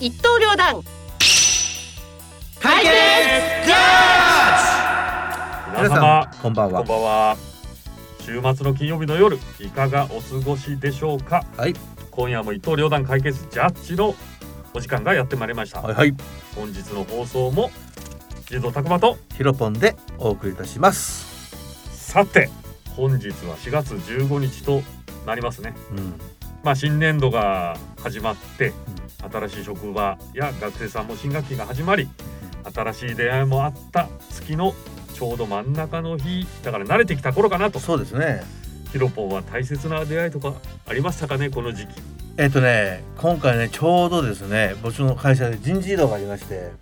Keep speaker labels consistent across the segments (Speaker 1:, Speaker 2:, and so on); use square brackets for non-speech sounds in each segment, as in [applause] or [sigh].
Speaker 1: 一刀両断
Speaker 2: 解決
Speaker 3: 皆
Speaker 4: 皆
Speaker 3: 様
Speaker 4: 様
Speaker 3: こんばん
Speaker 4: こ
Speaker 3: は
Speaker 4: んばんは週末の金曜日の夜いかがお過ごしでしょうか
Speaker 3: はい
Speaker 4: 今夜も伊藤両団解決ジャッジのお時間がやってまいりました、
Speaker 3: はいはい
Speaker 4: 本日の放送も地蔵拓磨と
Speaker 3: ヒロポンでお送りいたします
Speaker 4: さて本日は4月15日となりますね
Speaker 3: うん
Speaker 4: まあ新年度が始まって新しい職場や学生さんも新学期が始まり新しい出会いもあった月のちょうど真ん中の日だから慣れてきた頃かなと
Speaker 3: そうですね
Speaker 4: ヒロポンは大切な出会いとかありましたかねこの時期
Speaker 3: えっとね今回ねちょうどですね僕の会社で人事異動がありまして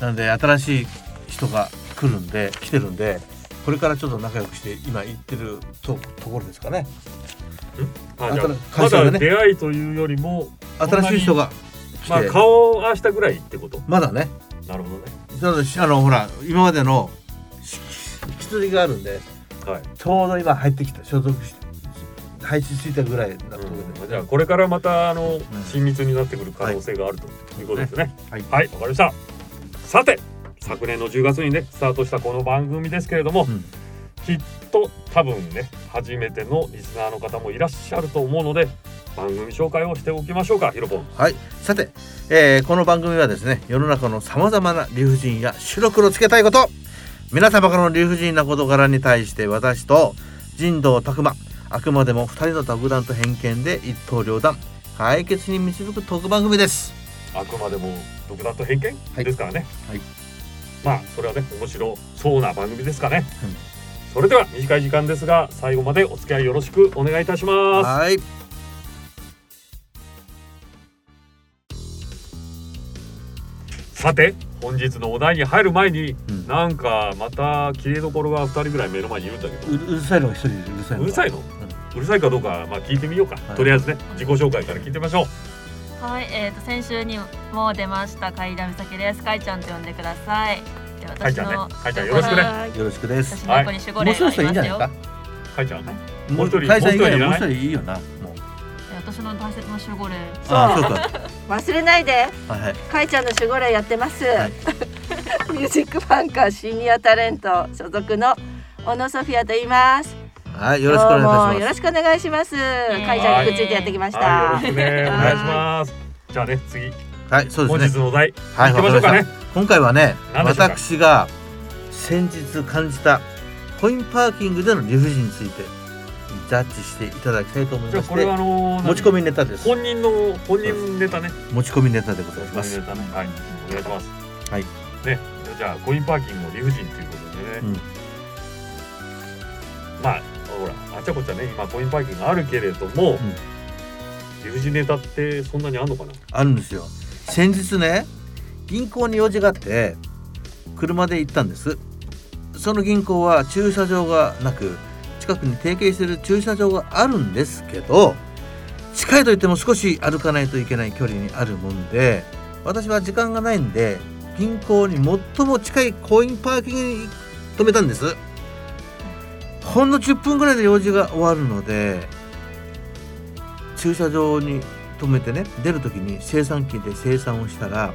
Speaker 3: なんで新しい人が来るんで来てるんでこれからちょっと仲良くして今行ってるとところですかね
Speaker 4: あじゃ
Speaker 3: 新し
Speaker 4: あ
Speaker 3: い
Speaker 4: ま
Speaker 3: 会社
Speaker 4: だ
Speaker 3: でね
Speaker 4: 出会いというよりも、
Speaker 3: 新しい人が来て、
Speaker 4: まあ、顔を合わせたぐらいってこと
Speaker 3: まだね
Speaker 4: なるほどね
Speaker 3: なのでしあのほら今までのし引き継ぎがあるんで
Speaker 4: はい、
Speaker 3: ちょうど今入ってきた所属し配置ついたぐらいなところで、
Speaker 4: うん、じゃあこれからまたあの親密になってくる可能性があるということですね
Speaker 3: はい
Speaker 4: はいわかりましたさて昨年の10月にねスタートしたこの番組ですけれども、
Speaker 3: うん
Speaker 4: きっと多分ね初めてのリスナーの方もいらっしゃると思うので番組紹介をしておきましょうかヒロポン
Speaker 3: はい、さて、えーこの番組はですね世の中のさまざまな理不尽や白黒つけたいこと皆様からの理不尽な事柄に対して私と人道拓磨あくまでも2人の独断と偏見で一刀両断解決に導く特番組です
Speaker 4: あくまでも独断と偏見、
Speaker 3: はい
Speaker 4: ですからね、
Speaker 3: はい
Speaker 4: まあそれはね面白そうな番組ですかね、それでは短い時間ですが最後までお付き合いよろしくお願いいたします
Speaker 3: はい
Speaker 4: さて本日のお題に入る前に、
Speaker 3: ん
Speaker 4: なんかまた綺麗どころが2人ぐらい目の前にいるんだけ
Speaker 3: ううるさいのが一人でうるさい
Speaker 4: ど
Speaker 3: の
Speaker 4: うるさいの、うるさいかどうかまあ聞いてみようか、
Speaker 3: はい
Speaker 4: とりあえずね自己紹介から聞いてみましょう
Speaker 5: はい、えっ、と先週にも出ました海田美咲です。かいちゃんと呼んでください。で
Speaker 4: かい
Speaker 5: 私
Speaker 4: ちゃんね
Speaker 5: の、
Speaker 4: かいちゃんよろしくね
Speaker 1: はーい
Speaker 3: よろしくです
Speaker 5: 私の横に守護霊
Speaker 3: 面白い
Speaker 5: が
Speaker 3: 人いいん
Speaker 5: い
Speaker 3: じゃ
Speaker 5: ま
Speaker 3: な
Speaker 5: す
Speaker 3: いです
Speaker 5: よ。
Speaker 3: か
Speaker 4: かいちゃんね
Speaker 3: もう
Speaker 4: もう一人
Speaker 3: 会社以外
Speaker 4: も
Speaker 3: も
Speaker 4: う
Speaker 3: う一
Speaker 4: 一人
Speaker 3: 人いいよなもう
Speaker 5: え私の大切な守護霊。
Speaker 3: ああそうか
Speaker 1: 忘れないで
Speaker 3: はいはい
Speaker 1: かいちゃんの守護霊やってます、
Speaker 3: はい
Speaker 1: [laughs] ミュージックバンカーシニアタレント所属の小野ソフィアと言います
Speaker 3: はいよろしくお願
Speaker 1: どうも
Speaker 3: い
Speaker 1: よ
Speaker 3: いた
Speaker 1: ろ
Speaker 3: し
Speaker 1: しくお願いします、
Speaker 5: ー
Speaker 1: かいちゃんにくっついてやってきました、
Speaker 4: はいよろしくねお
Speaker 1: はい
Speaker 4: 願いしますじゃあね次
Speaker 3: ますはいそうです
Speaker 4: 本
Speaker 3: ね
Speaker 4: 日のお題
Speaker 3: はい、
Speaker 4: 行き
Speaker 3: わかり
Speaker 4: ましょ
Speaker 3: ま
Speaker 4: う
Speaker 3: した。
Speaker 4: かね
Speaker 3: 今回はね、
Speaker 4: 何でしょうか
Speaker 3: 私が先日感じたコインパーキングでの理不尽についてジャッジしていただきたいと思い
Speaker 4: じゃあ
Speaker 3: まし
Speaker 4: これはあ
Speaker 3: て、
Speaker 4: のー
Speaker 3: 持ち込みネタです。
Speaker 4: 本人の本人ネタね。
Speaker 3: 持ち込みネタでござい
Speaker 4: 本
Speaker 3: ま
Speaker 4: 人
Speaker 3: す。
Speaker 4: ネタね。はい。お願いします。
Speaker 3: はい。
Speaker 4: ね、じゃあコインパーキングの理不尽ということでね。
Speaker 3: うん
Speaker 4: まあほらあちゃこちゃね今コインパーキングがあるけれども、理不尽ネタってそんなにあんのかな。
Speaker 3: あるんですよ。先日ね、銀行に用事があって車で行ったんです。その銀行は駐車場がなく近くに提携している駐車場があるんですけど近いといっても少し歩かないといけない距離にあるもんで私は時間がないんで銀行に最も近いコインパーキングに止めたんですほんの10分ぐらいで用事が終わるので駐車場に止めてね出る時に精算機で精算をしたら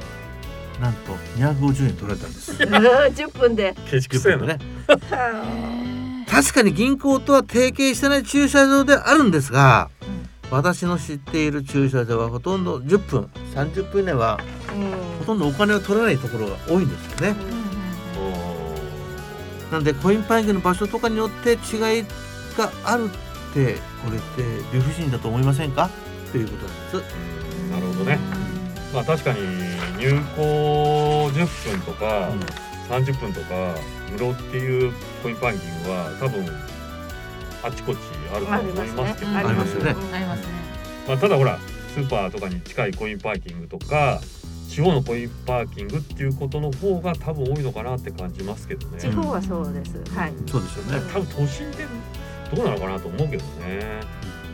Speaker 3: なんと250円取られたんです
Speaker 4: [laughs]
Speaker 1: 10分で
Speaker 4: 景色せえ
Speaker 3: 10
Speaker 4: の
Speaker 3: ね
Speaker 4: ね。
Speaker 3: 確かに銀行とは提携してない駐車場であるんですが、
Speaker 5: うん
Speaker 3: 私の知っている駐車場はほとんど10分30分以内はほとんどお金を取らないところが多いんですよね
Speaker 5: うんうんうん
Speaker 3: なんでコインパーキングの場所とかによって違いがあるってこれって理不尽だと思いませんかっていうことなんです
Speaker 4: うんなるほどね。まあ確かに入校10分とか。
Speaker 3: うん
Speaker 4: 30分とか無料っていうコインパーキングは多分あちこちあると思いますけど
Speaker 5: あります
Speaker 3: ね
Speaker 5: ありますね。
Speaker 4: まあ、ただほらスーパーとかに近いコインパーキングとか地方のコインパーキングっていうことの方が多分多いのかなって感じますけどね
Speaker 1: 地方はそうですはい
Speaker 3: そうですよね
Speaker 4: 多分都心でどうなのかなと思うけどね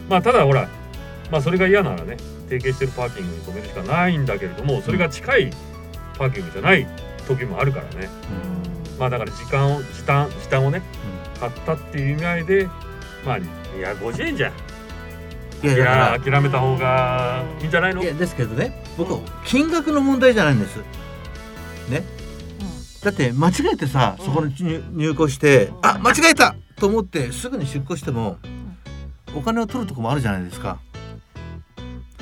Speaker 4: まあただほらまあそれが嫌ならね提携してるパーキングに止めるしかないんだけれどもそれが近いパーキングじゃない時もあるからねまあだから時間を時短時短をね、買ったっていう意味合いでまあ250円じゃ
Speaker 3: いや
Speaker 4: い
Speaker 3: だか
Speaker 4: や
Speaker 3: ら
Speaker 4: ー諦めた方がいいんじゃないの
Speaker 3: いやですけどね僕は金額の問題じゃないんですねだって間違えてさ
Speaker 1: うん
Speaker 3: そこに入入庫して
Speaker 1: うん
Speaker 3: あ間違えたと思ってすぐに出庫してもお金を取るとこもあるじゃないですか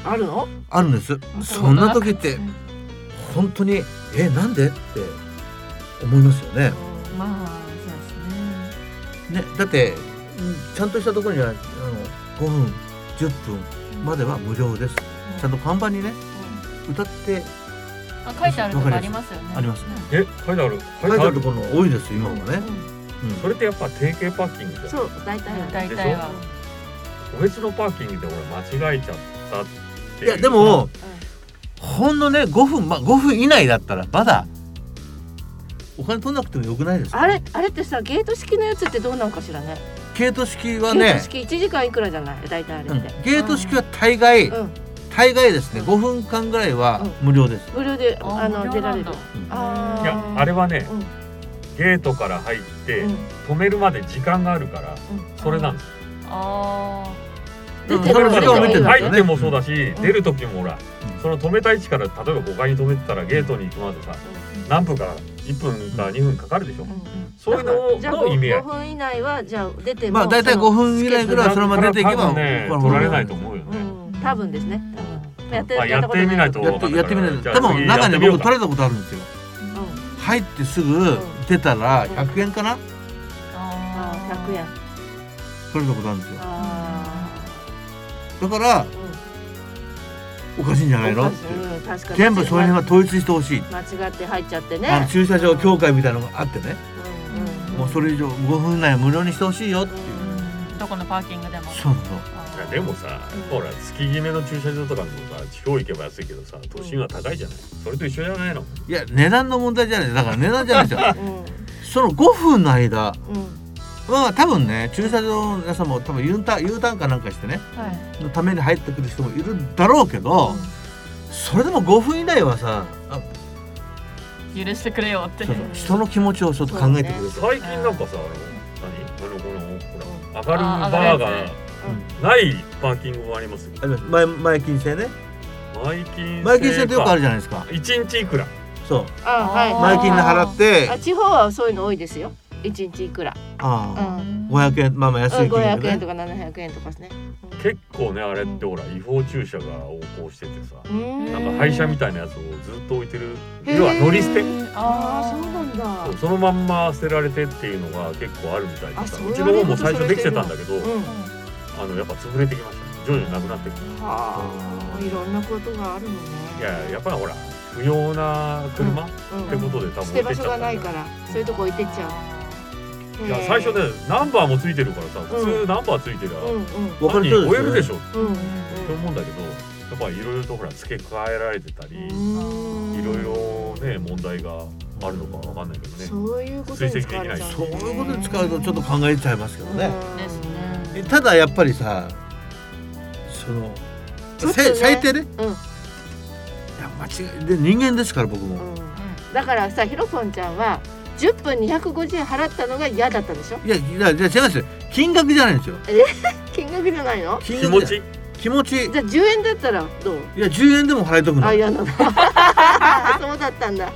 Speaker 1: あるの
Speaker 3: あるんです
Speaker 1: ん
Speaker 3: そんな時って本当にえなんでって思いますよね
Speaker 1: まあそ
Speaker 3: ねだってうんちゃんとしたところにはあの5分10分までは無料ですちゃんと看板にね歌って
Speaker 5: あ書いてあるとこありますよね。
Speaker 3: ありますね
Speaker 4: え書いてある書
Speaker 3: 書い
Speaker 4: いて
Speaker 3: て
Speaker 4: あ
Speaker 3: あ
Speaker 4: る
Speaker 3: るところが多いです今はね
Speaker 1: う、ですね
Speaker 4: それってやっぱ定型パッキングじゃん
Speaker 1: うんそう大体
Speaker 5: うん
Speaker 1: は
Speaker 5: 大体は。
Speaker 4: 個別のパーキングで俺間違えちゃったって
Speaker 3: うん
Speaker 4: いう
Speaker 3: いやでもほんのね5分まあ5分以内だったらまだお金取らなくてもよくないですか
Speaker 1: あれあれってさゲート式のやつってどうなんかしらね
Speaker 3: ゲート式は
Speaker 1: ゲー
Speaker 3: ね
Speaker 1: ト式1時間いくらじゃない大体あれ
Speaker 3: うん
Speaker 1: って、
Speaker 3: ゲート式は大概、
Speaker 1: うん、
Speaker 3: 大概ですね
Speaker 1: うん
Speaker 3: 5分間ぐらいは無料です、
Speaker 1: 無料であの出られる
Speaker 5: あ
Speaker 1: あ
Speaker 5: ー
Speaker 1: ー
Speaker 4: いやあれはね
Speaker 1: うん
Speaker 4: ゲートから入って、
Speaker 1: うん
Speaker 4: 止めるまで時間があるから、
Speaker 1: う
Speaker 4: それなんです
Speaker 5: あ
Speaker 1: 出て
Speaker 3: そ
Speaker 1: る
Speaker 3: の時
Speaker 4: だから
Speaker 3: 間を見てるんだ
Speaker 4: 入
Speaker 3: よ
Speaker 4: っ
Speaker 3: ね
Speaker 4: てもそうだし、
Speaker 1: ん
Speaker 4: 出る時もほら、
Speaker 3: ん
Speaker 4: その止めた位置から例えば5階に止めてたらゲートに行くまでさ、何分か1分か2分かかるでしょ、そういうの
Speaker 1: じゃあ
Speaker 4: の意味合い
Speaker 1: 5分以内はじゃあ出ても
Speaker 3: まあ大体
Speaker 1: そ
Speaker 3: 5
Speaker 1: の
Speaker 3: 分以内ぐらいはそのまま出ていけば、
Speaker 4: 多分ね
Speaker 3: まあ
Speaker 4: 取られないと思うよね、
Speaker 1: うん多分ですね多分やって
Speaker 4: まあやってみないと
Speaker 3: やってやってみない
Speaker 4: わか
Speaker 3: と
Speaker 4: んな
Speaker 3: 多
Speaker 4: いから
Speaker 3: 分
Speaker 4: じ
Speaker 3: 中に
Speaker 4: ゃあ次やってみよう
Speaker 3: 僕
Speaker 4: か
Speaker 3: 取られたことあるんですよ入ってすぐ出たら100円かな
Speaker 1: あー100円
Speaker 3: 取られたことあるんですよ
Speaker 1: あ
Speaker 3: だから
Speaker 1: ー
Speaker 3: おかしいんじゃないの
Speaker 1: う
Speaker 3: っ
Speaker 1: ん
Speaker 3: ていう
Speaker 1: うん確かに
Speaker 3: 全部それ辺は統一してほしい、
Speaker 1: 間違って入っちゃって
Speaker 3: あの
Speaker 1: ね
Speaker 3: 駐車場協会みたいなのがあってね
Speaker 1: うんうん
Speaker 3: もうそれ以上5分以内は無料にしてほしいよっていう
Speaker 5: どこのパーキングでも。
Speaker 3: そう
Speaker 4: いやでもさ、ほら月決めの駐車場とかのさ地方行けば安いけどさ都心は高いじゃないそれと一緒じゃないの
Speaker 3: そういや値段の問題じゃないだから値段じゃない
Speaker 1: [laughs]
Speaker 3: ですよ
Speaker 1: うん
Speaker 3: その5分の間
Speaker 1: うん
Speaker 3: まあ多分ね駐車場の皆さんも多分 U ターン U ターンかなんかしてねのために入ってくる人もいるんだろうけど、それでも5分以内はさあ
Speaker 5: 許してくれよって
Speaker 3: そう。そう人の気持ちをちょっと考えてくれて、
Speaker 4: 最近なんかさあの何あのこのほら上がるバーがないパーキングがありますよ
Speaker 3: あります前前金制ね
Speaker 4: 毎金
Speaker 3: 前金制ってよくあ
Speaker 4: る
Speaker 3: るじゃないですか
Speaker 4: 一日いくら
Speaker 3: そう
Speaker 1: あはい
Speaker 5: あー
Speaker 3: 前金で払って
Speaker 1: あ地方はそういうの多いですよ一日いくらう
Speaker 3: ああ、
Speaker 1: ん
Speaker 3: 500円まあまあ安
Speaker 1: うん
Speaker 3: い金額
Speaker 1: 500
Speaker 3: ね
Speaker 1: 円とか700円とかですね
Speaker 4: 結構ねあれってほら違法駐車が横行しててさ
Speaker 1: うん
Speaker 4: なん
Speaker 5: へ
Speaker 4: か
Speaker 5: ー
Speaker 4: 廃車みたいなやつをずっと置いてる
Speaker 1: へー
Speaker 4: 要は乗り捨て
Speaker 1: ああそうなんだ
Speaker 4: そのまんま捨てられてっていうのが結構あるみたいで
Speaker 1: あ
Speaker 4: さ
Speaker 1: そう
Speaker 4: うち
Speaker 1: 言
Speaker 4: の
Speaker 1: われ
Speaker 4: 方
Speaker 1: る
Speaker 4: も
Speaker 1: とそれ
Speaker 4: 最初できてたんだけど
Speaker 1: うん
Speaker 4: あのやっぱ潰れてきましたね徐々になくなってくる
Speaker 1: はあいろんなことがあるのね
Speaker 4: いややっぱりほら不要な車って
Speaker 1: うん
Speaker 4: ことで多
Speaker 1: 捨
Speaker 4: 分置
Speaker 1: て
Speaker 4: いて
Speaker 1: 場
Speaker 4: っち
Speaker 1: 所が
Speaker 4: ゃったんだ
Speaker 1: ない
Speaker 4: よ
Speaker 1: からそういうとこ置いてっちゃう
Speaker 4: いや最初ねナンバーもついてるからさ普
Speaker 1: う
Speaker 4: 通ナンバーついてりゃ
Speaker 1: うんうん
Speaker 3: わか
Speaker 4: 犯
Speaker 3: る
Speaker 4: 人
Speaker 3: 人
Speaker 4: 追えるでし
Speaker 3: ょ
Speaker 4: ょっ
Speaker 1: うん
Speaker 4: て思うんだけどやっぱいろいろとほら付け加えられてたり
Speaker 1: うん
Speaker 4: いろいろね問題があるのかわかんないけどね
Speaker 1: そういうことに使われちゃう
Speaker 3: そうん
Speaker 1: だね
Speaker 3: いうことに使うとちょっと考えちゃいますけどね、
Speaker 1: うん
Speaker 5: です
Speaker 3: え
Speaker 5: ね。
Speaker 3: ただやっぱりさその、
Speaker 1: ちょっと
Speaker 3: せ
Speaker 1: ね
Speaker 3: 最低ね、
Speaker 1: うん
Speaker 3: いや間違いで人間ですから僕も、
Speaker 1: うんだからさひろぽんちゃんは10分250円払ったのが嫌だったでしょ
Speaker 3: いやいやいや違いますよ金額じゃないんですよ
Speaker 1: 金額じゃないの
Speaker 3: 金
Speaker 4: 気
Speaker 3: 額
Speaker 4: 持
Speaker 3: じゃ
Speaker 4: ち
Speaker 3: 気持ち
Speaker 1: じゃあ10円だったらどう
Speaker 3: いや10円でも払いとくの
Speaker 1: あ嫌な [laughs] のそうだったんだ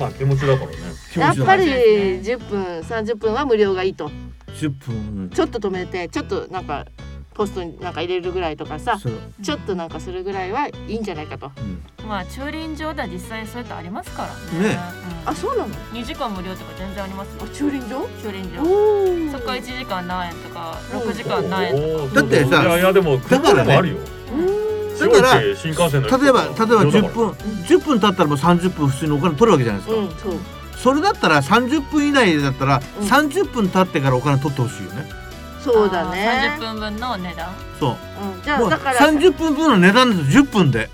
Speaker 4: まあ気持ちだからね
Speaker 3: 気
Speaker 1: や
Speaker 3: 持
Speaker 1: っ
Speaker 3: ちの
Speaker 1: ぱり
Speaker 3: 話
Speaker 1: 10分30分は無料がいいと
Speaker 3: 10分
Speaker 1: ちょっと止めてちょっとなんかポストになんか入れるぐらいとかさ
Speaker 3: そう、
Speaker 1: ちょっとなんかするぐらいはいいんじゃないかと
Speaker 3: うん、
Speaker 5: まあ駐輪場では実際そういうのありますから
Speaker 3: ね
Speaker 1: あそうなの
Speaker 5: 2時間無料とか全然ありますよ
Speaker 1: あ駐輪場
Speaker 5: 駐輪場
Speaker 1: お
Speaker 5: そこ1
Speaker 1: う
Speaker 5: 時間何円とか
Speaker 1: うん
Speaker 5: 6時間何円
Speaker 4: おー
Speaker 3: だってさ
Speaker 4: いやいやでも
Speaker 3: だからね
Speaker 4: 車でもあるよ
Speaker 1: ーん
Speaker 3: だから
Speaker 4: 白いって新幹線の
Speaker 3: 例えば例えば10
Speaker 4: 分
Speaker 3: 分10分経ったらもう30分普通にお金取るわけじゃないですか、
Speaker 1: うんそう
Speaker 3: それだったら30分以内だったら
Speaker 1: うん
Speaker 3: 30分経ってからお金取ってほしいよね
Speaker 1: そうだね
Speaker 5: 30分分の値段
Speaker 3: そう
Speaker 1: うんじゃ
Speaker 3: も
Speaker 1: あ
Speaker 3: う
Speaker 1: だから
Speaker 3: 30分分の値段ですよ10分で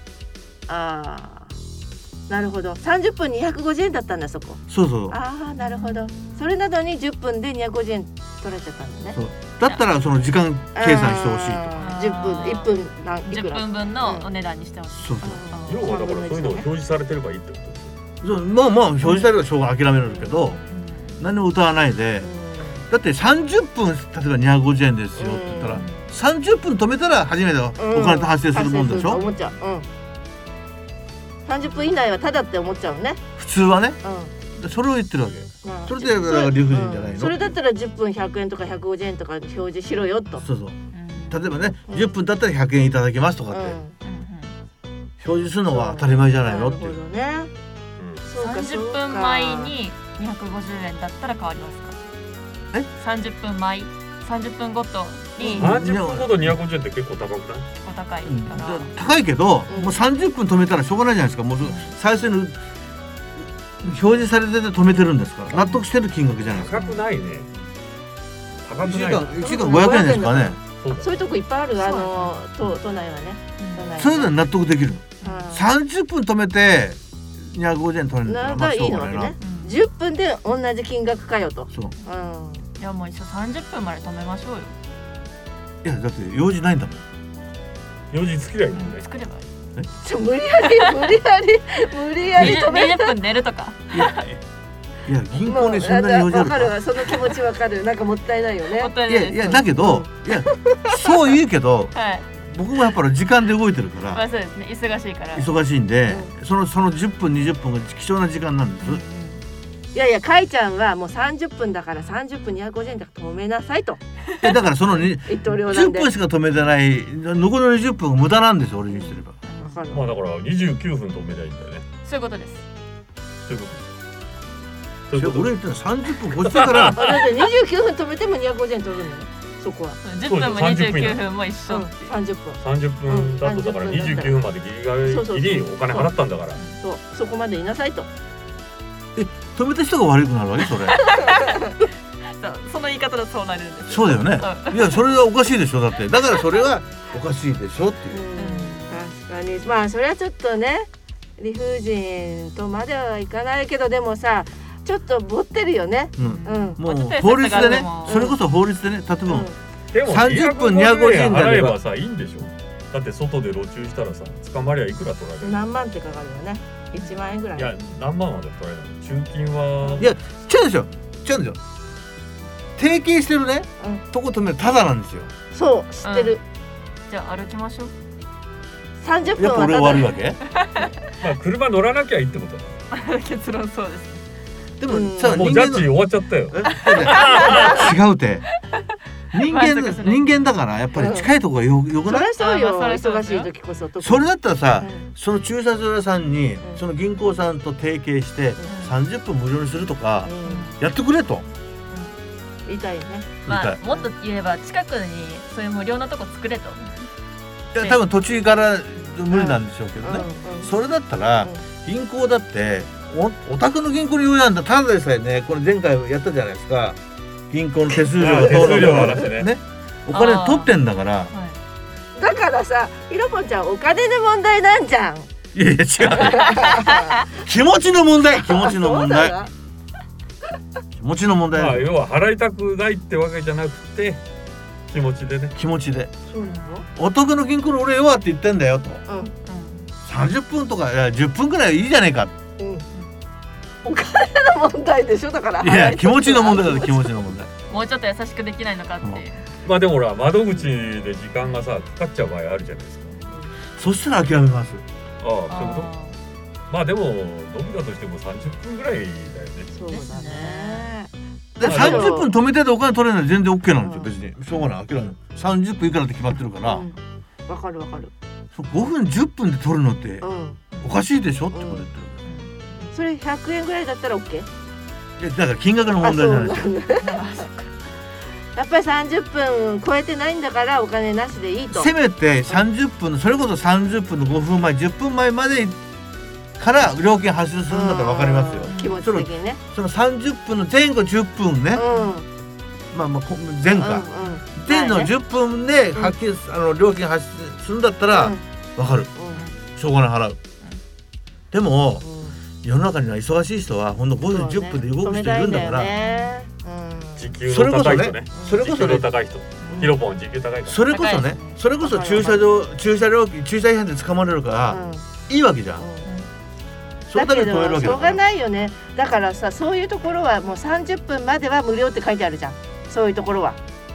Speaker 1: あーなるほど30分250円だったんだそこ
Speaker 3: そうそう
Speaker 1: ああなるほどそれなどに10分で250円取られちゃったんだね
Speaker 3: そうだったらその時間計算してほしいと
Speaker 1: あー10分1分何いく
Speaker 5: 10
Speaker 1: ら
Speaker 5: 分分のお値段にしてほしい
Speaker 3: そう
Speaker 1: あ
Speaker 4: 要
Speaker 1: ー
Speaker 4: はだからそういうのを表示されてればいいってことですよ
Speaker 3: そうまあまあ表示されればしょうがない諦めるんだけど、何も歌わないでだって30分例えば250円ですよって言ったら、
Speaker 1: うん
Speaker 3: 30分止めたら初めてお金と発生するもんでしょ、
Speaker 1: 思っちゃう。うん。三十分以内はただって思っちゃうね。
Speaker 3: 普通はね
Speaker 1: うん。
Speaker 3: それを言ってるわけ
Speaker 1: まあ
Speaker 3: それでだから理不尽じゃないの
Speaker 1: それだったら10分100円とか150円とか表示しろよと。
Speaker 3: そうそう
Speaker 5: うん
Speaker 3: 例えばね、
Speaker 1: うん
Speaker 3: 10分だったら100円いただけますとか
Speaker 1: う
Speaker 3: っ
Speaker 1: ん
Speaker 3: て、
Speaker 5: うん
Speaker 3: 表示するのが当たり前じゃない
Speaker 1: な
Speaker 3: のっ
Speaker 1: る
Speaker 3: て
Speaker 1: ほ
Speaker 3: い
Speaker 1: ど
Speaker 3: う
Speaker 1: ね。そうか
Speaker 5: 三十
Speaker 1: そうか
Speaker 5: 分前に二百五十円だったら変わりますか。
Speaker 3: え？
Speaker 5: 三十分前、三十分ごとに
Speaker 1: うん
Speaker 5: 結
Speaker 4: 30分ごと250円って結構高くない
Speaker 5: 構高い
Speaker 3: うん
Speaker 5: か
Speaker 3: だ
Speaker 5: ら。
Speaker 3: 高いけど、
Speaker 1: うん
Speaker 3: もう30分止めたらしょうがないじゃないですかもうそ最初に表示されてて止めてるんですから納得してる金額じゃないですか
Speaker 4: 高くないね高
Speaker 3: 1
Speaker 4: く
Speaker 3: 時
Speaker 4: ない
Speaker 3: 間1時間500円ですからね
Speaker 4: そうだ
Speaker 1: そういうとこいっぱいあるあの都都内はね。都内
Speaker 3: そういうのに納得できるの
Speaker 1: うん
Speaker 3: 30分止めて250円取れるん
Speaker 1: な
Speaker 3: だから
Speaker 1: んか
Speaker 3: まあ
Speaker 1: い
Speaker 3: しょ
Speaker 1: いうの
Speaker 3: が
Speaker 1: わけ
Speaker 3: ないな
Speaker 1: ね。
Speaker 5: うん
Speaker 1: 10分で同じ金額かよと。
Speaker 3: そ
Speaker 1: う
Speaker 3: う
Speaker 1: ん。
Speaker 5: いやもう一緒三十分まで止めましょうよ。
Speaker 3: いやだって用事ないんだもん
Speaker 4: 4時付き合いも
Speaker 5: うん
Speaker 4: ね
Speaker 5: 作ればいい。
Speaker 1: ちょ無理やり無理やり無理やり
Speaker 5: 二十
Speaker 1: 止め。
Speaker 5: 二十分寝るとか。
Speaker 3: いやいや銀行にそんなに用事あ
Speaker 1: わか
Speaker 3: るか
Speaker 1: るわその気持ちわかるなんかもったいないよね
Speaker 5: 本。当
Speaker 3: い
Speaker 5: に
Speaker 3: やいやだけどいやそう言うけど
Speaker 5: はい。
Speaker 3: 僕もやっぱり時間で動いてるか
Speaker 5: まあ
Speaker 3: ら
Speaker 5: そうですね。忙しいから。
Speaker 3: 忙しいんでそのその10分20分が貴重な時間なんです
Speaker 1: いやいやかいちゃんはもう30分だから30分250円だから止めなさいと
Speaker 3: いやだからそのに
Speaker 1: 一刀両
Speaker 3: 10
Speaker 1: 断で。わ
Speaker 3: 分しか止めてない残りの20分が無駄なんですよ俺にしてれば
Speaker 1: かるわ。
Speaker 4: まあだから29分止めりゃいいんだよね
Speaker 5: そういうことです。
Speaker 4: ということで
Speaker 3: いや
Speaker 4: と
Speaker 3: 俺言ったら30分越してから
Speaker 1: [laughs] あだって29分止めても250円取るんだよそこは。
Speaker 5: 十分も
Speaker 4: そう
Speaker 5: 二
Speaker 4: です
Speaker 5: 十
Speaker 4: 30分
Speaker 5: 九分も一
Speaker 1: う
Speaker 5: 緒
Speaker 1: ん
Speaker 5: っていう。
Speaker 1: 30分
Speaker 4: 30分だとだから
Speaker 1: うん
Speaker 4: 29分までギリ
Speaker 1: そうそうそう
Speaker 4: ギリギリお金払ったんだから
Speaker 1: そうそこまでいなさいと。
Speaker 3: 止めた人が悪くなるわけそれ
Speaker 5: そうその言い方だとそうなるんです。
Speaker 3: そうだよね
Speaker 5: う
Speaker 3: いやそれはおかしいでしょだってだからそれはおかしいでしょっていう
Speaker 1: 確かにまあそれはちょっとね理不尽とまではいかないけどでもさちょっとぼってるよね
Speaker 3: うん
Speaker 1: うん、うん、
Speaker 3: もう
Speaker 5: まあ例えば
Speaker 3: 法律でね
Speaker 5: だから
Speaker 3: それこそ法律でね例えば
Speaker 4: でも
Speaker 3: 30分
Speaker 4: 250
Speaker 3: 250
Speaker 4: 円
Speaker 3: 円
Speaker 4: 払
Speaker 3: だ
Speaker 4: え
Speaker 3: れば
Speaker 4: ばさいいんでしょだって外で路駐したらさ捕まりゃいくら取られる
Speaker 1: 何万ってかかるよね1万円ぐらい
Speaker 4: いや何万まで取られない中金はい
Speaker 3: や違うんですよ違うんですよ提携してるね
Speaker 1: うん
Speaker 3: とこ止めるただなんですよ
Speaker 1: そう知ってる、
Speaker 5: じゃあ歩きま
Speaker 4: [laughs]
Speaker 5: しょう。
Speaker 1: 30分
Speaker 3: やっぱ
Speaker 1: は
Speaker 3: 俺
Speaker 1: た
Speaker 3: は悪いわ
Speaker 1: だ
Speaker 3: け
Speaker 4: まあ車乗らなきゃいいってことだ
Speaker 5: 結論そうです。
Speaker 3: で
Speaker 1: うん
Speaker 3: もさ
Speaker 4: もう
Speaker 3: 人
Speaker 4: ジャ
Speaker 3: 間
Speaker 4: ッ
Speaker 3: の
Speaker 4: ジ終わっちゃったよ
Speaker 3: えだって [laughs] 違うて人間
Speaker 5: 満足する
Speaker 3: 人間だからやっぱり近いとこがよよく
Speaker 1: そ
Speaker 3: な
Speaker 1: り
Speaker 3: い
Speaker 1: ゃそうよ、
Speaker 5: あまあそ
Speaker 1: 忙
Speaker 5: りゃそう
Speaker 1: し
Speaker 5: よ
Speaker 1: い時こそ特に
Speaker 3: それだったらさ
Speaker 1: うん
Speaker 3: その駐車場屋さんに
Speaker 1: ん
Speaker 3: その銀行さんと提携して30分無料にするとか
Speaker 1: う
Speaker 3: やってくれと
Speaker 1: ん、言いたいよね
Speaker 3: 言い
Speaker 5: ま
Speaker 3: た
Speaker 5: あ
Speaker 3: い
Speaker 5: もっと言えば近くにそういう無料なとこ作れと。
Speaker 3: いや多分途中から無理なんでしょうけど
Speaker 1: う
Speaker 3: ね
Speaker 1: んうん
Speaker 3: それだったら銀行だっておお宅の銀行に用意なんだただでさえねこれ前回やったじゃないですか銀行の手数料がどう
Speaker 4: 手数
Speaker 3: の
Speaker 4: 料の
Speaker 3: こうの
Speaker 4: 話ね
Speaker 3: ねお金取ってんだから
Speaker 5: はい。
Speaker 1: だからさひろこちゃんお金の問題なんじゃん
Speaker 3: いやいや違う気持ちの問題気持ちの問題
Speaker 1: [laughs] そうだな
Speaker 3: 気持ちの問題
Speaker 4: ま
Speaker 3: な
Speaker 4: あ
Speaker 3: の
Speaker 4: 要は払いたくないってわけじゃなくて気持ちでね
Speaker 3: 気持ちで
Speaker 1: そうなの
Speaker 3: お得の銀行の俺よって言ってんだよと
Speaker 1: うん
Speaker 3: 30分とかいや10分くらいいいじゃ
Speaker 1: [laughs]
Speaker 3: ねえか
Speaker 1: うんお金の問題でしょだから
Speaker 3: いや気持ちの問題だ
Speaker 1: だ
Speaker 3: と気持ちの問題
Speaker 5: もうちょっと優しくできないのかっていう。
Speaker 4: まあでもほら窓口で時間がさかかっちゃう場合あるじゃないですか
Speaker 3: そしたら諦めます
Speaker 4: ああそういうこ
Speaker 5: あ
Speaker 4: とまあでも伸びたとしても30分ぐらいだよね
Speaker 1: そうだね
Speaker 3: で
Speaker 4: あでも
Speaker 3: 30分止めててお金取れるのは全然 OK なんですよ
Speaker 1: うん
Speaker 3: 別にしょうがない諦める30分いくらって決まってるから、
Speaker 1: うんわかるわかる
Speaker 3: そう5分10分で取るのって
Speaker 1: うん
Speaker 3: おかしいでしょってこと言って
Speaker 1: それ100円ぐらいだったら OK
Speaker 3: るいやだから金額の問題じゃないですよ
Speaker 1: んだやっぱり30分超えてないんだからお金なしでいいと
Speaker 3: せめて30分のそれこそ30分の5分前10分前までから料金発生するんだったら分かりますよ
Speaker 1: うん気持ち的にね
Speaker 3: その30分の前後10分ね
Speaker 1: う、んうん
Speaker 3: まあまあこ前
Speaker 1: うん
Speaker 3: か、前の
Speaker 1: はいね
Speaker 3: 10分で発給、あの料金発生するんだったら
Speaker 1: うん
Speaker 3: 分かるしょうがない払う、でも
Speaker 1: うんうん
Speaker 3: 世の中には忙しい人はほんの5分
Speaker 1: そう
Speaker 3: 10
Speaker 1: ね
Speaker 3: 分で動く人いるんだから
Speaker 1: 止めたいね
Speaker 4: 時給の高い人ね
Speaker 3: それこ
Speaker 4: 時
Speaker 3: そ
Speaker 4: 給の
Speaker 3: ね
Speaker 4: 高い人
Speaker 1: うん
Speaker 4: ヒロポン時給高いから
Speaker 3: それこそ
Speaker 5: 高い
Speaker 3: ね
Speaker 5: ですね
Speaker 3: それこそ駐車場駐車料金駐車違反で捕まれるから、いいわけじゃん、
Speaker 1: うんうん
Speaker 3: そのために止めるわけ
Speaker 1: しょ
Speaker 3: だ
Speaker 1: う
Speaker 3: か
Speaker 1: が
Speaker 3: ら
Speaker 1: ないよねだからさそういうところはもう30分までは無料って書いてあるじゃんそういうところは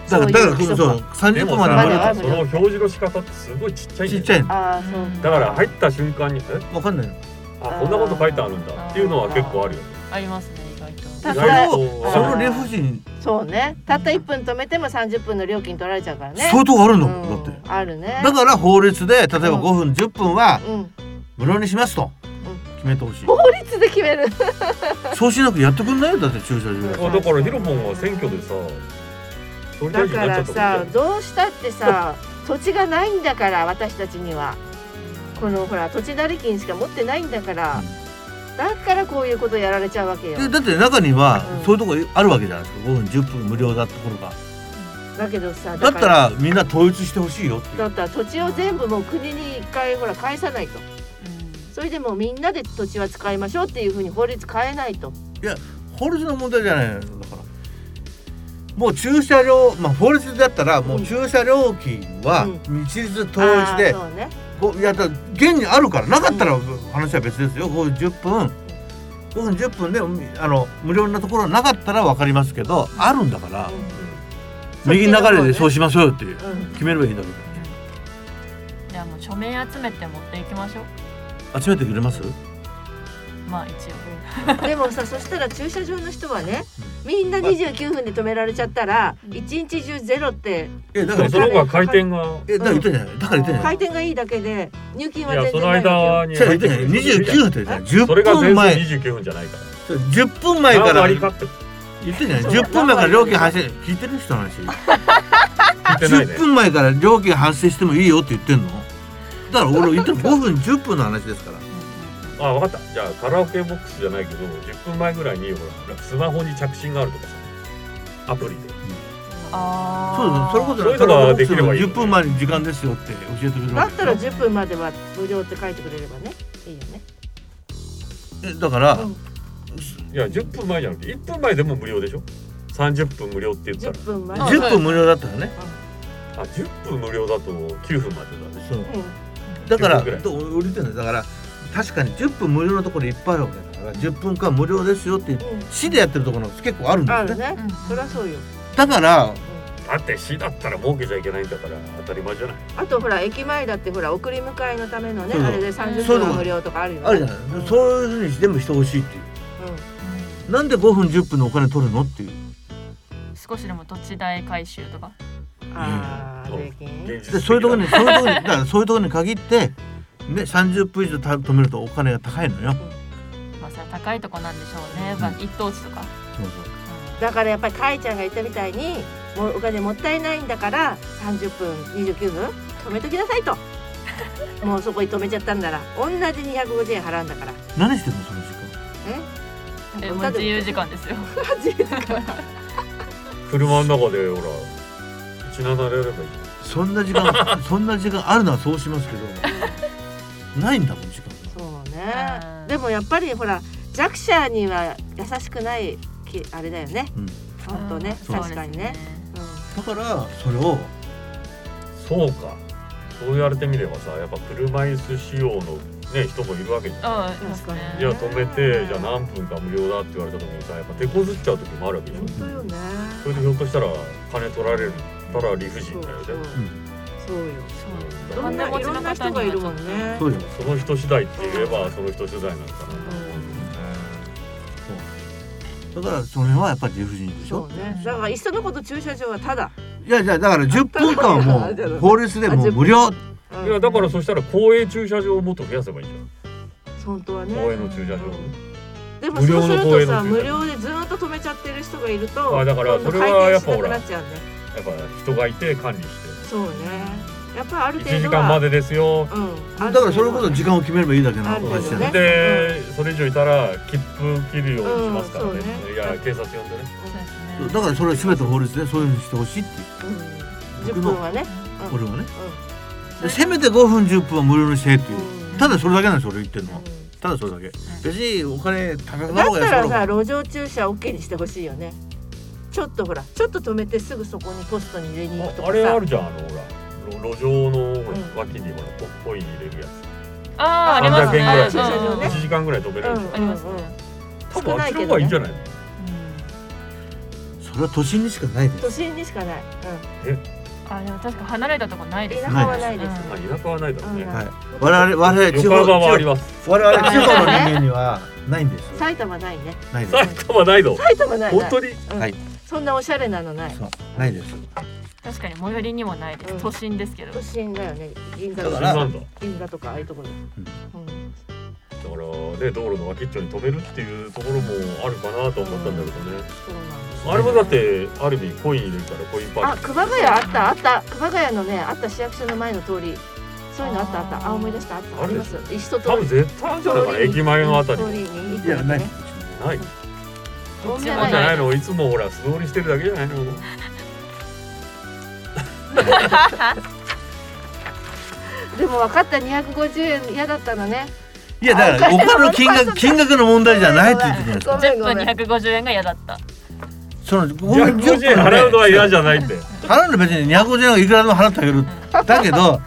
Speaker 3: だからだから
Speaker 1: そうい
Speaker 3: そう
Speaker 1: 規
Speaker 3: う
Speaker 1: 則
Speaker 4: で
Speaker 3: 30分まで
Speaker 4: もさ
Speaker 1: まだ
Speaker 3: は
Speaker 1: は
Speaker 4: その表示の仕方ってすごいちっちゃいんだ
Speaker 3: ち
Speaker 4: よ
Speaker 3: っちゃいの
Speaker 1: ああそう
Speaker 4: だから入った瞬間にえ
Speaker 3: わかんないの
Speaker 4: あこんなこと書いてあるんだっていうのは結構あるよね
Speaker 5: ありますね意外と
Speaker 1: ただ
Speaker 3: それ
Speaker 1: から
Speaker 3: をその理不尽
Speaker 1: そうねたった1分止めても30分の料金取られちゃうからね
Speaker 3: 相当ある
Speaker 1: うん
Speaker 3: だもん
Speaker 1: ん
Speaker 3: だって
Speaker 1: あるね
Speaker 3: だから法律で例えば
Speaker 1: うん
Speaker 3: 5分10分は
Speaker 1: うん
Speaker 3: 無料にしますと
Speaker 1: う
Speaker 3: 決めてほしい
Speaker 1: 法律で決める
Speaker 3: そうしなくやってくんないよだって駐車
Speaker 1: う
Speaker 3: 場
Speaker 4: あだからヒロポンは選挙でさ総理
Speaker 1: だ
Speaker 4: 大臣に
Speaker 1: か
Speaker 4: な
Speaker 1: ら
Speaker 4: っちゃった
Speaker 1: さ
Speaker 4: もんね
Speaker 1: どうしたってさ土地がないんだから私たちにはこのほら土地代金しか持ってないんだから、だからこういうことやられちゃうわけよ
Speaker 3: でだって中には
Speaker 1: うん
Speaker 3: そういうとこあるわけじゃないですか5分10分無料だってところが
Speaker 1: だけどさ
Speaker 3: だったらみんな統一してほしいよってい
Speaker 1: だ
Speaker 3: う
Speaker 1: ったら土地を全部もう国に一回ほら返さないとそれでもうみんなで土地は使いましょうっていうふうに法律変えないと
Speaker 3: 法律の問題じゃないのだからもう駐車料まあ法律だったらもう駐車料金は一律統一で
Speaker 1: あーそうね
Speaker 3: こういやだから現にあるからなかったら話は別ですよ5分10分5分10分でみあの無料なところなかったら分かりますけどあるんだから
Speaker 1: うん
Speaker 3: 右流れでそう
Speaker 1: し
Speaker 3: しましょうよっていう
Speaker 1: うん
Speaker 3: 決めればいいんだけ
Speaker 5: じゃあもう署名集めて持っていきましょう
Speaker 3: ど集めてくれます
Speaker 5: まあ一応
Speaker 1: でもさそしたら駐車場の人はねみんな29分で止められちゃったら
Speaker 5: うん
Speaker 1: 一日中ゼロって
Speaker 3: えだ
Speaker 4: だ
Speaker 3: か
Speaker 4: かららその方が回転が
Speaker 3: えだから言ってんじゃないだから言ってんじゃない
Speaker 1: 回転がいいだけで入金
Speaker 4: い
Speaker 1: は
Speaker 4: や
Speaker 1: 全
Speaker 4: そ
Speaker 1: 然
Speaker 4: の
Speaker 1: ないわ
Speaker 4: 間に
Speaker 3: 違う言ってんじゃない29分って言ってんじゃない
Speaker 4: それが
Speaker 3: 10
Speaker 4: 全
Speaker 3: 分前
Speaker 4: 然29分じゃないから
Speaker 3: 10分前か
Speaker 4: 何
Speaker 3: ら
Speaker 4: 割
Speaker 3: 言
Speaker 4: かって
Speaker 3: ってんじゃない
Speaker 1: そう
Speaker 3: 10分前から料金発生聞いてる人の話
Speaker 4: 聞いてないね
Speaker 3: 10分前から料金発生してもいいよって言ってんのだから俺言ってる5分10分の話ですから
Speaker 4: あ分かったじゃあカラオケボックスじゃないけど10分前ぐらいにほらスマホに着信があるとかさアプリで
Speaker 3: そう
Speaker 5: ああ
Speaker 3: そうそれこそ
Speaker 4: そういうのができればいいよ
Speaker 3: 10分前に時間ですよって教えてくれ
Speaker 1: け
Speaker 3: る
Speaker 1: よだ
Speaker 3: わ
Speaker 1: っ
Speaker 3: け
Speaker 1: たら10分までは無料って書いてくれればねいいよね
Speaker 3: えだから
Speaker 1: うん
Speaker 4: いや10分前じゃなくて1分前でも無料でしょ30分無料って言った
Speaker 1: 10分まで
Speaker 5: あ
Speaker 3: 10分無料だったらね
Speaker 4: らあ10分無料だと9分までだね
Speaker 3: そう
Speaker 1: うん
Speaker 3: だから
Speaker 4: 10分ぐらい
Speaker 3: と俺言ってんだよだから確かに10分無料のところいっぱいあるわけだから10分間無料ですよって
Speaker 1: う
Speaker 3: 市でやってるところ結構あるん
Speaker 1: んあ
Speaker 3: です
Speaker 1: る
Speaker 3: ね
Speaker 1: ね
Speaker 5: うん
Speaker 1: そりゃそうよ
Speaker 3: だから
Speaker 4: だって市だったら儲けちゃいけないんだから当たり前じゃない
Speaker 1: あとほら駅前だってほら送り迎えのためのね
Speaker 3: そうそう
Speaker 1: あれで30
Speaker 3: そ
Speaker 1: 分
Speaker 3: ういうとこ
Speaker 1: は無料とかあるよね
Speaker 3: あるじゃない、
Speaker 1: うん
Speaker 3: そういうふうにしてもしてほしいっていうなんで5分10分のお金取るのっていう
Speaker 5: 少しでも土地代回収とか
Speaker 1: うんあー
Speaker 4: うん
Speaker 1: 税金
Speaker 4: 現実的
Speaker 3: で
Speaker 4: な
Speaker 3: そういうとこ
Speaker 4: [laughs]
Speaker 3: ろにそういうところにだからそういうところに限ってね30分以上た止めるとお金が高いのよ
Speaker 5: まあそれは高いとこなんでしょうね、
Speaker 3: うん
Speaker 5: まあ一等地とか、
Speaker 1: だからやっぱりかいちゃんが言ったみたいにもうお金もったいないんだから30分29分止めときなさい
Speaker 3: [laughs]
Speaker 1: ともうそこに止めちゃったんなら同じ250円払うんだから
Speaker 3: 何してんのその時間
Speaker 5: うん
Speaker 1: え
Speaker 5: えもう自由時間ですよ
Speaker 1: 自由時間
Speaker 4: 車の中でほら17でやればいい
Speaker 3: そんな時 [laughs] 間そんな時間あるのはそうしますけどないんだもん時間が
Speaker 1: [laughs] そうね
Speaker 5: うん
Speaker 1: でもやっぱりほら弱者には優しくないきあれだよね
Speaker 3: うん
Speaker 1: 本当ね
Speaker 5: うん
Speaker 1: 確かにね
Speaker 3: だからそれを
Speaker 4: そうかそう言われてみればさやっぱ車椅子仕様の、ね、人もいるわけじゃん
Speaker 5: そうですねう
Speaker 1: 確かに
Speaker 4: い
Speaker 5: んいますね
Speaker 4: や止めてじゃあ何分か無料だって言われた時にさやっぱ手こずっちゃう時もあるわけでしょ
Speaker 1: 本当よね
Speaker 4: それでひょっとしたら金取られるたら理不尽だよね
Speaker 1: そうそうよ
Speaker 5: そうですね
Speaker 1: いろんないろんな人がいるもんね
Speaker 3: そうよ
Speaker 4: その人次第って言えばその人次第なのかなと思う
Speaker 3: だからそれはやっぱり理不尽でし
Speaker 1: そ
Speaker 3: ょ
Speaker 1: うねだからいっそのこと駐車場はただ
Speaker 3: いやいやだから10分間は
Speaker 1: あ
Speaker 3: [laughs]
Speaker 1: じゃあ
Speaker 3: もう法律でもう無料
Speaker 1: う
Speaker 4: よ
Speaker 1: ん
Speaker 4: ねいやだからそしたら公営駐車場をもっと増やせばいいじ
Speaker 1: 本当は
Speaker 4: ゃん
Speaker 1: ね
Speaker 4: 公営の駐車場
Speaker 1: でもそうする
Speaker 4: 無料の公
Speaker 1: と
Speaker 4: 園
Speaker 1: さ
Speaker 4: の駐車場
Speaker 1: 無料でずーっと止めちゃってる人がいると
Speaker 4: あだから
Speaker 1: 今度
Speaker 4: それはやっぱ
Speaker 1: 回転しなくなっちゃうね
Speaker 4: やっぱ人がいて管理して
Speaker 1: そうねやっぱある程度は
Speaker 4: 1時間までですよ
Speaker 1: うん
Speaker 3: だからそれこそ時間を決めればいいだけの
Speaker 1: ある
Speaker 3: 話じゃ
Speaker 1: よね
Speaker 3: ない
Speaker 4: でそれ以上いたら切符切るようにしますからね
Speaker 1: うんそうね
Speaker 4: いや警察呼んでね
Speaker 5: そうですね
Speaker 3: だからそれを全て法律でそういうふうにしてほしいっていう
Speaker 1: 10分はねうん
Speaker 3: これはね
Speaker 1: う
Speaker 3: でせめて5分10分は無料にしてってい
Speaker 1: ん
Speaker 3: う
Speaker 1: うん
Speaker 3: ただそれだけなんです俺言ってるのは
Speaker 1: う
Speaker 3: ただそれだけ別にお金高く
Speaker 1: ん
Speaker 3: な
Speaker 1: だ
Speaker 3: ろ
Speaker 1: っ
Speaker 3: う
Speaker 1: た
Speaker 3: が安か
Speaker 1: さ
Speaker 3: らろうが
Speaker 1: 路上駐車 OK にしてほしいよねちょっとほらちょっと止めてすぐそこにポストに入れに行くと
Speaker 4: あ
Speaker 1: か
Speaker 4: あれ
Speaker 1: さ
Speaker 4: あるじゃんあのほら路路上のほ
Speaker 1: うん
Speaker 4: ら脇にほらポッポイ入れるやつ
Speaker 5: ああありま
Speaker 4: 300
Speaker 5: す
Speaker 4: 円
Speaker 5: ね
Speaker 4: ぐらい
Speaker 1: 駐車場
Speaker 5: うん
Speaker 1: ね
Speaker 4: 1時間ぐらい止めれるでしょ
Speaker 1: うん
Speaker 5: ありますね
Speaker 4: 多分あっちの方がいいんじゃないの
Speaker 5: うん
Speaker 3: それは都心にしかないです
Speaker 1: 都心にしかない、
Speaker 5: あでも確か離れたとこない
Speaker 1: うん、
Speaker 5: です
Speaker 1: 田
Speaker 5: ね
Speaker 1: 舎はないです、
Speaker 5: うん
Speaker 4: まあ田舎はないだろうね。
Speaker 1: うん
Speaker 3: はい我々我々地
Speaker 4: 横
Speaker 3: 方
Speaker 4: 浜はあり
Speaker 3: 地方
Speaker 4: ます。
Speaker 3: 我々地方の人間にはないんです
Speaker 1: 埼玉ないね
Speaker 3: ないです
Speaker 4: 埼玉ないの。
Speaker 1: 埼玉ない
Speaker 4: 本
Speaker 1: ない
Speaker 4: 当に
Speaker 1: うん
Speaker 3: はい
Speaker 1: そんなおしゃれなのない
Speaker 3: そうないです
Speaker 5: 確かに最寄りにもないです、
Speaker 1: うん
Speaker 5: 都心ですけど
Speaker 1: 都心だよね銀座
Speaker 3: だ
Speaker 1: と
Speaker 3: か
Speaker 4: 新
Speaker 3: ら
Speaker 1: か
Speaker 4: なんだ。
Speaker 1: 銀座とかああいうところ、うん
Speaker 4: だからね道路の脇っちょに止めるっていうところもあるかなと思ったんだけどね、
Speaker 1: そうなんです
Speaker 4: あれもだってある意味コイン入れたらコインパー
Speaker 1: あ
Speaker 4: キング
Speaker 1: 熊谷あったあった熊谷のねあった市役所の前の通りそういうのあったあったあ
Speaker 5: あー
Speaker 1: 思い出したあった
Speaker 4: あ
Speaker 1: あ
Speaker 4: る
Speaker 1: り
Speaker 4: で
Speaker 1: ま
Speaker 4: しょ
Speaker 1: す一通り
Speaker 4: 多分絶対あるんじゃないかな駅前のあたり
Speaker 1: 通
Speaker 4: に
Speaker 1: りに一
Speaker 3: いや
Speaker 1: 個
Speaker 3: ない
Speaker 1: ね
Speaker 4: ない
Speaker 5: どっちも
Speaker 4: あんじゃ
Speaker 5: な
Speaker 4: ないいのいつもほら素通りしてるだけじゃないの
Speaker 1: でも分かった250円嫌だったのね
Speaker 3: いやだからお金の金額金額の問題じゃないって言ってるんです
Speaker 1: ご
Speaker 3: か
Speaker 1: めん
Speaker 5: 10
Speaker 1: ご
Speaker 5: 分
Speaker 1: めん
Speaker 5: 250円が嫌だった
Speaker 3: そのごめん
Speaker 4: 250円払うのは嫌じゃないんだよ
Speaker 3: 払うの別に250円はいくらでも払ってあげるだけど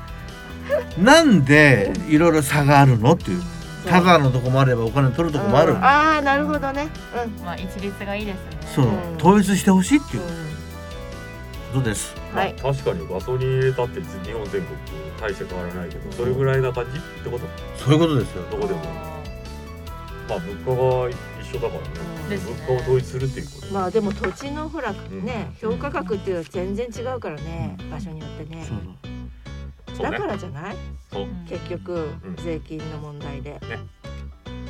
Speaker 3: なんでいろいろ差があるのっていうタダのとこもあればお金取るとこもある
Speaker 1: うんああなるほどね
Speaker 5: まあ一律がいいですね
Speaker 3: そう
Speaker 1: うん
Speaker 3: 統一してほしいって
Speaker 1: う
Speaker 3: い
Speaker 1: ん
Speaker 3: うことです
Speaker 4: ま
Speaker 1: は
Speaker 4: あ
Speaker 1: い
Speaker 4: 確かにガソリン入れたって日本全国大して変わらないけどそれぐらいな感じってこと
Speaker 3: そういうことですよ
Speaker 4: どこでもまあ物価が一緒だからね
Speaker 5: ですね
Speaker 4: 物価を統一するっていうこと
Speaker 1: まあでも土地のほらね評価額っていうのは全然違うからね場所によってね
Speaker 3: そう
Speaker 4: そ
Speaker 1: だ
Speaker 4: うね
Speaker 1: からじゃない
Speaker 4: そう
Speaker 5: うん
Speaker 1: 結局
Speaker 4: うん
Speaker 1: 税金の問題で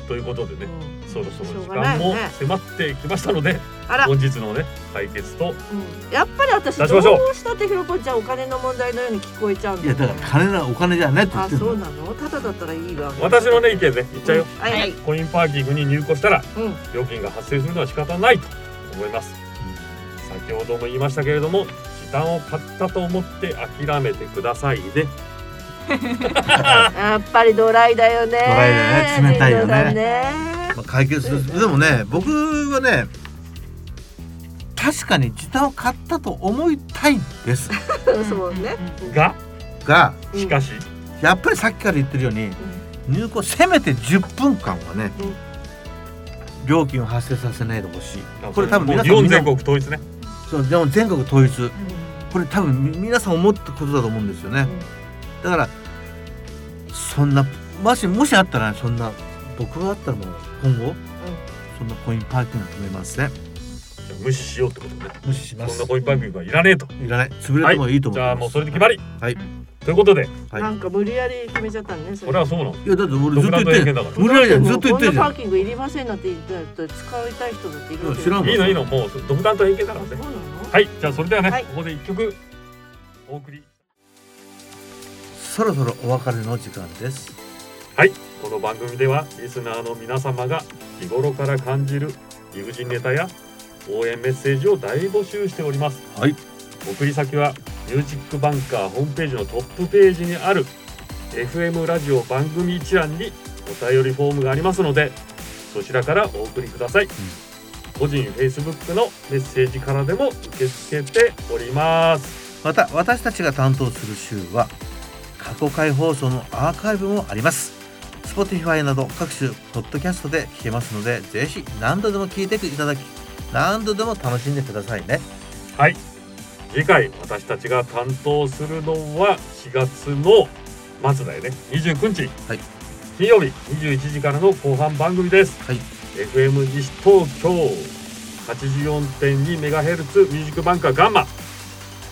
Speaker 4: ということでね
Speaker 1: うん
Speaker 4: そろそろ時
Speaker 1: しょうがな
Speaker 4: 間
Speaker 1: い
Speaker 4: も
Speaker 1: ね
Speaker 4: 迫ってきましたので
Speaker 1: あら
Speaker 4: 本日のね解決
Speaker 1: う
Speaker 4: と
Speaker 1: んやっぱり私ど
Speaker 4: 出しましょう
Speaker 1: うしたってひろこちゃんお金の問題のように聞こえちゃうん
Speaker 3: いやだ
Speaker 1: よ
Speaker 3: から金なお金じゃないって言っ
Speaker 1: あ
Speaker 3: てる
Speaker 1: そう
Speaker 3: の
Speaker 1: なのただだったらいいわ
Speaker 4: 私のね意見ね言っちゃうよ、
Speaker 1: うんはいはい
Speaker 4: コインパーキングに入庫したら
Speaker 1: うん
Speaker 4: 料金が発生するのは仕方ないと思います先ほども言いましたけれども時短を買ったと思って諦めてくださいね
Speaker 1: やっぱりドライだよね。ド
Speaker 3: ライだね冷たいよね
Speaker 1: ね
Speaker 3: まあ解決ですでもね僕はね確かに時短を買ったと思いたいん
Speaker 4: [laughs]
Speaker 3: です
Speaker 5: ん
Speaker 1: そうね。
Speaker 4: が
Speaker 3: が
Speaker 1: うん
Speaker 4: しかし、
Speaker 3: やっぱりさっきから言ってるように入庫せめて10分間はね、料金を発生させないでほしいこれ多分
Speaker 4: も
Speaker 3: 皆
Speaker 4: う日
Speaker 3: さん
Speaker 4: 本
Speaker 3: みんな
Speaker 4: 全国統一ね
Speaker 3: そうでも全国統一
Speaker 5: うん
Speaker 3: これ多分み皆さん思ったことだと思うんですよね、だからそんなもしもしあったらそんな僕があったらもう今後、そんなコインパーキング止めません
Speaker 4: じゃあ無視しようってことね
Speaker 3: 無視しま
Speaker 4: そん
Speaker 3: す
Speaker 4: なコインパーキングはいらねえと
Speaker 3: いらない潰れてもいいと思い
Speaker 4: じ
Speaker 3: ます、
Speaker 4: ゃあもうそれで決まり
Speaker 3: はい
Speaker 4: ということで
Speaker 3: はい
Speaker 1: なんか無理やり決めちゃったのね。そ
Speaker 4: これはそうな
Speaker 3: い
Speaker 4: の
Speaker 3: やだって俺ずっと
Speaker 4: 独断
Speaker 3: 言って
Speaker 4: と偏見
Speaker 3: る
Speaker 4: だから
Speaker 3: 無理やりじゃんずっと言ってる
Speaker 1: こん
Speaker 3: じ
Speaker 1: な
Speaker 3: ゃ
Speaker 1: パ
Speaker 3: ん
Speaker 1: ーキングいりませんなんて言ったら使いたい人だっているわけ
Speaker 3: 知らん
Speaker 4: いいのいいの
Speaker 1: あ
Speaker 4: もう独断と偏見だから
Speaker 1: そう
Speaker 4: ね
Speaker 1: なの。
Speaker 4: はいじゃあそれではね、
Speaker 1: はい
Speaker 4: ここで一曲お送り
Speaker 3: そろそろお別れの時間です
Speaker 4: はい、この番組ではリスナーの皆様が日頃から感じる理不尽ネタや応援メッセージを大募集しております
Speaker 3: はい
Speaker 4: 送り先はミュージックバンカーホームページのトップページにある FM ラジオ番組一覧にお便りフォームがありますのでそちらからお送りください、個人 Facebook のメッセージからでも受け付けております
Speaker 3: また私たちが担当する週は過去回放送のアーカイブもあります Spotify など各種ポッドキャストで聞けますのでぜひ何度でも聞いていただき何度でも楽しんでくださいね
Speaker 4: はい次回私たちが担当するのは4月の末だよね29日、
Speaker 3: はい
Speaker 4: 金曜日21時からの後半番組です、
Speaker 3: はい
Speaker 4: FM 西東京 84.2MHz ミュージックバンカーガンマ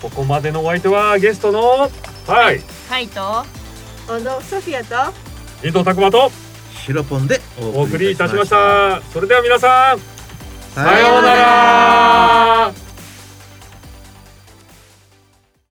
Speaker 4: ここまでのお相手はゲストのはい
Speaker 5: はいと
Speaker 1: あのソフィアと
Speaker 4: 伊藤拓磨と
Speaker 3: ヒロポンでお
Speaker 4: お送
Speaker 3: 送り
Speaker 4: り
Speaker 3: い
Speaker 4: い
Speaker 3: た
Speaker 4: た
Speaker 3: し
Speaker 4: し
Speaker 3: ま
Speaker 4: ま
Speaker 3: し
Speaker 4: したたそれでは皆さん
Speaker 3: さ
Speaker 4: さようなら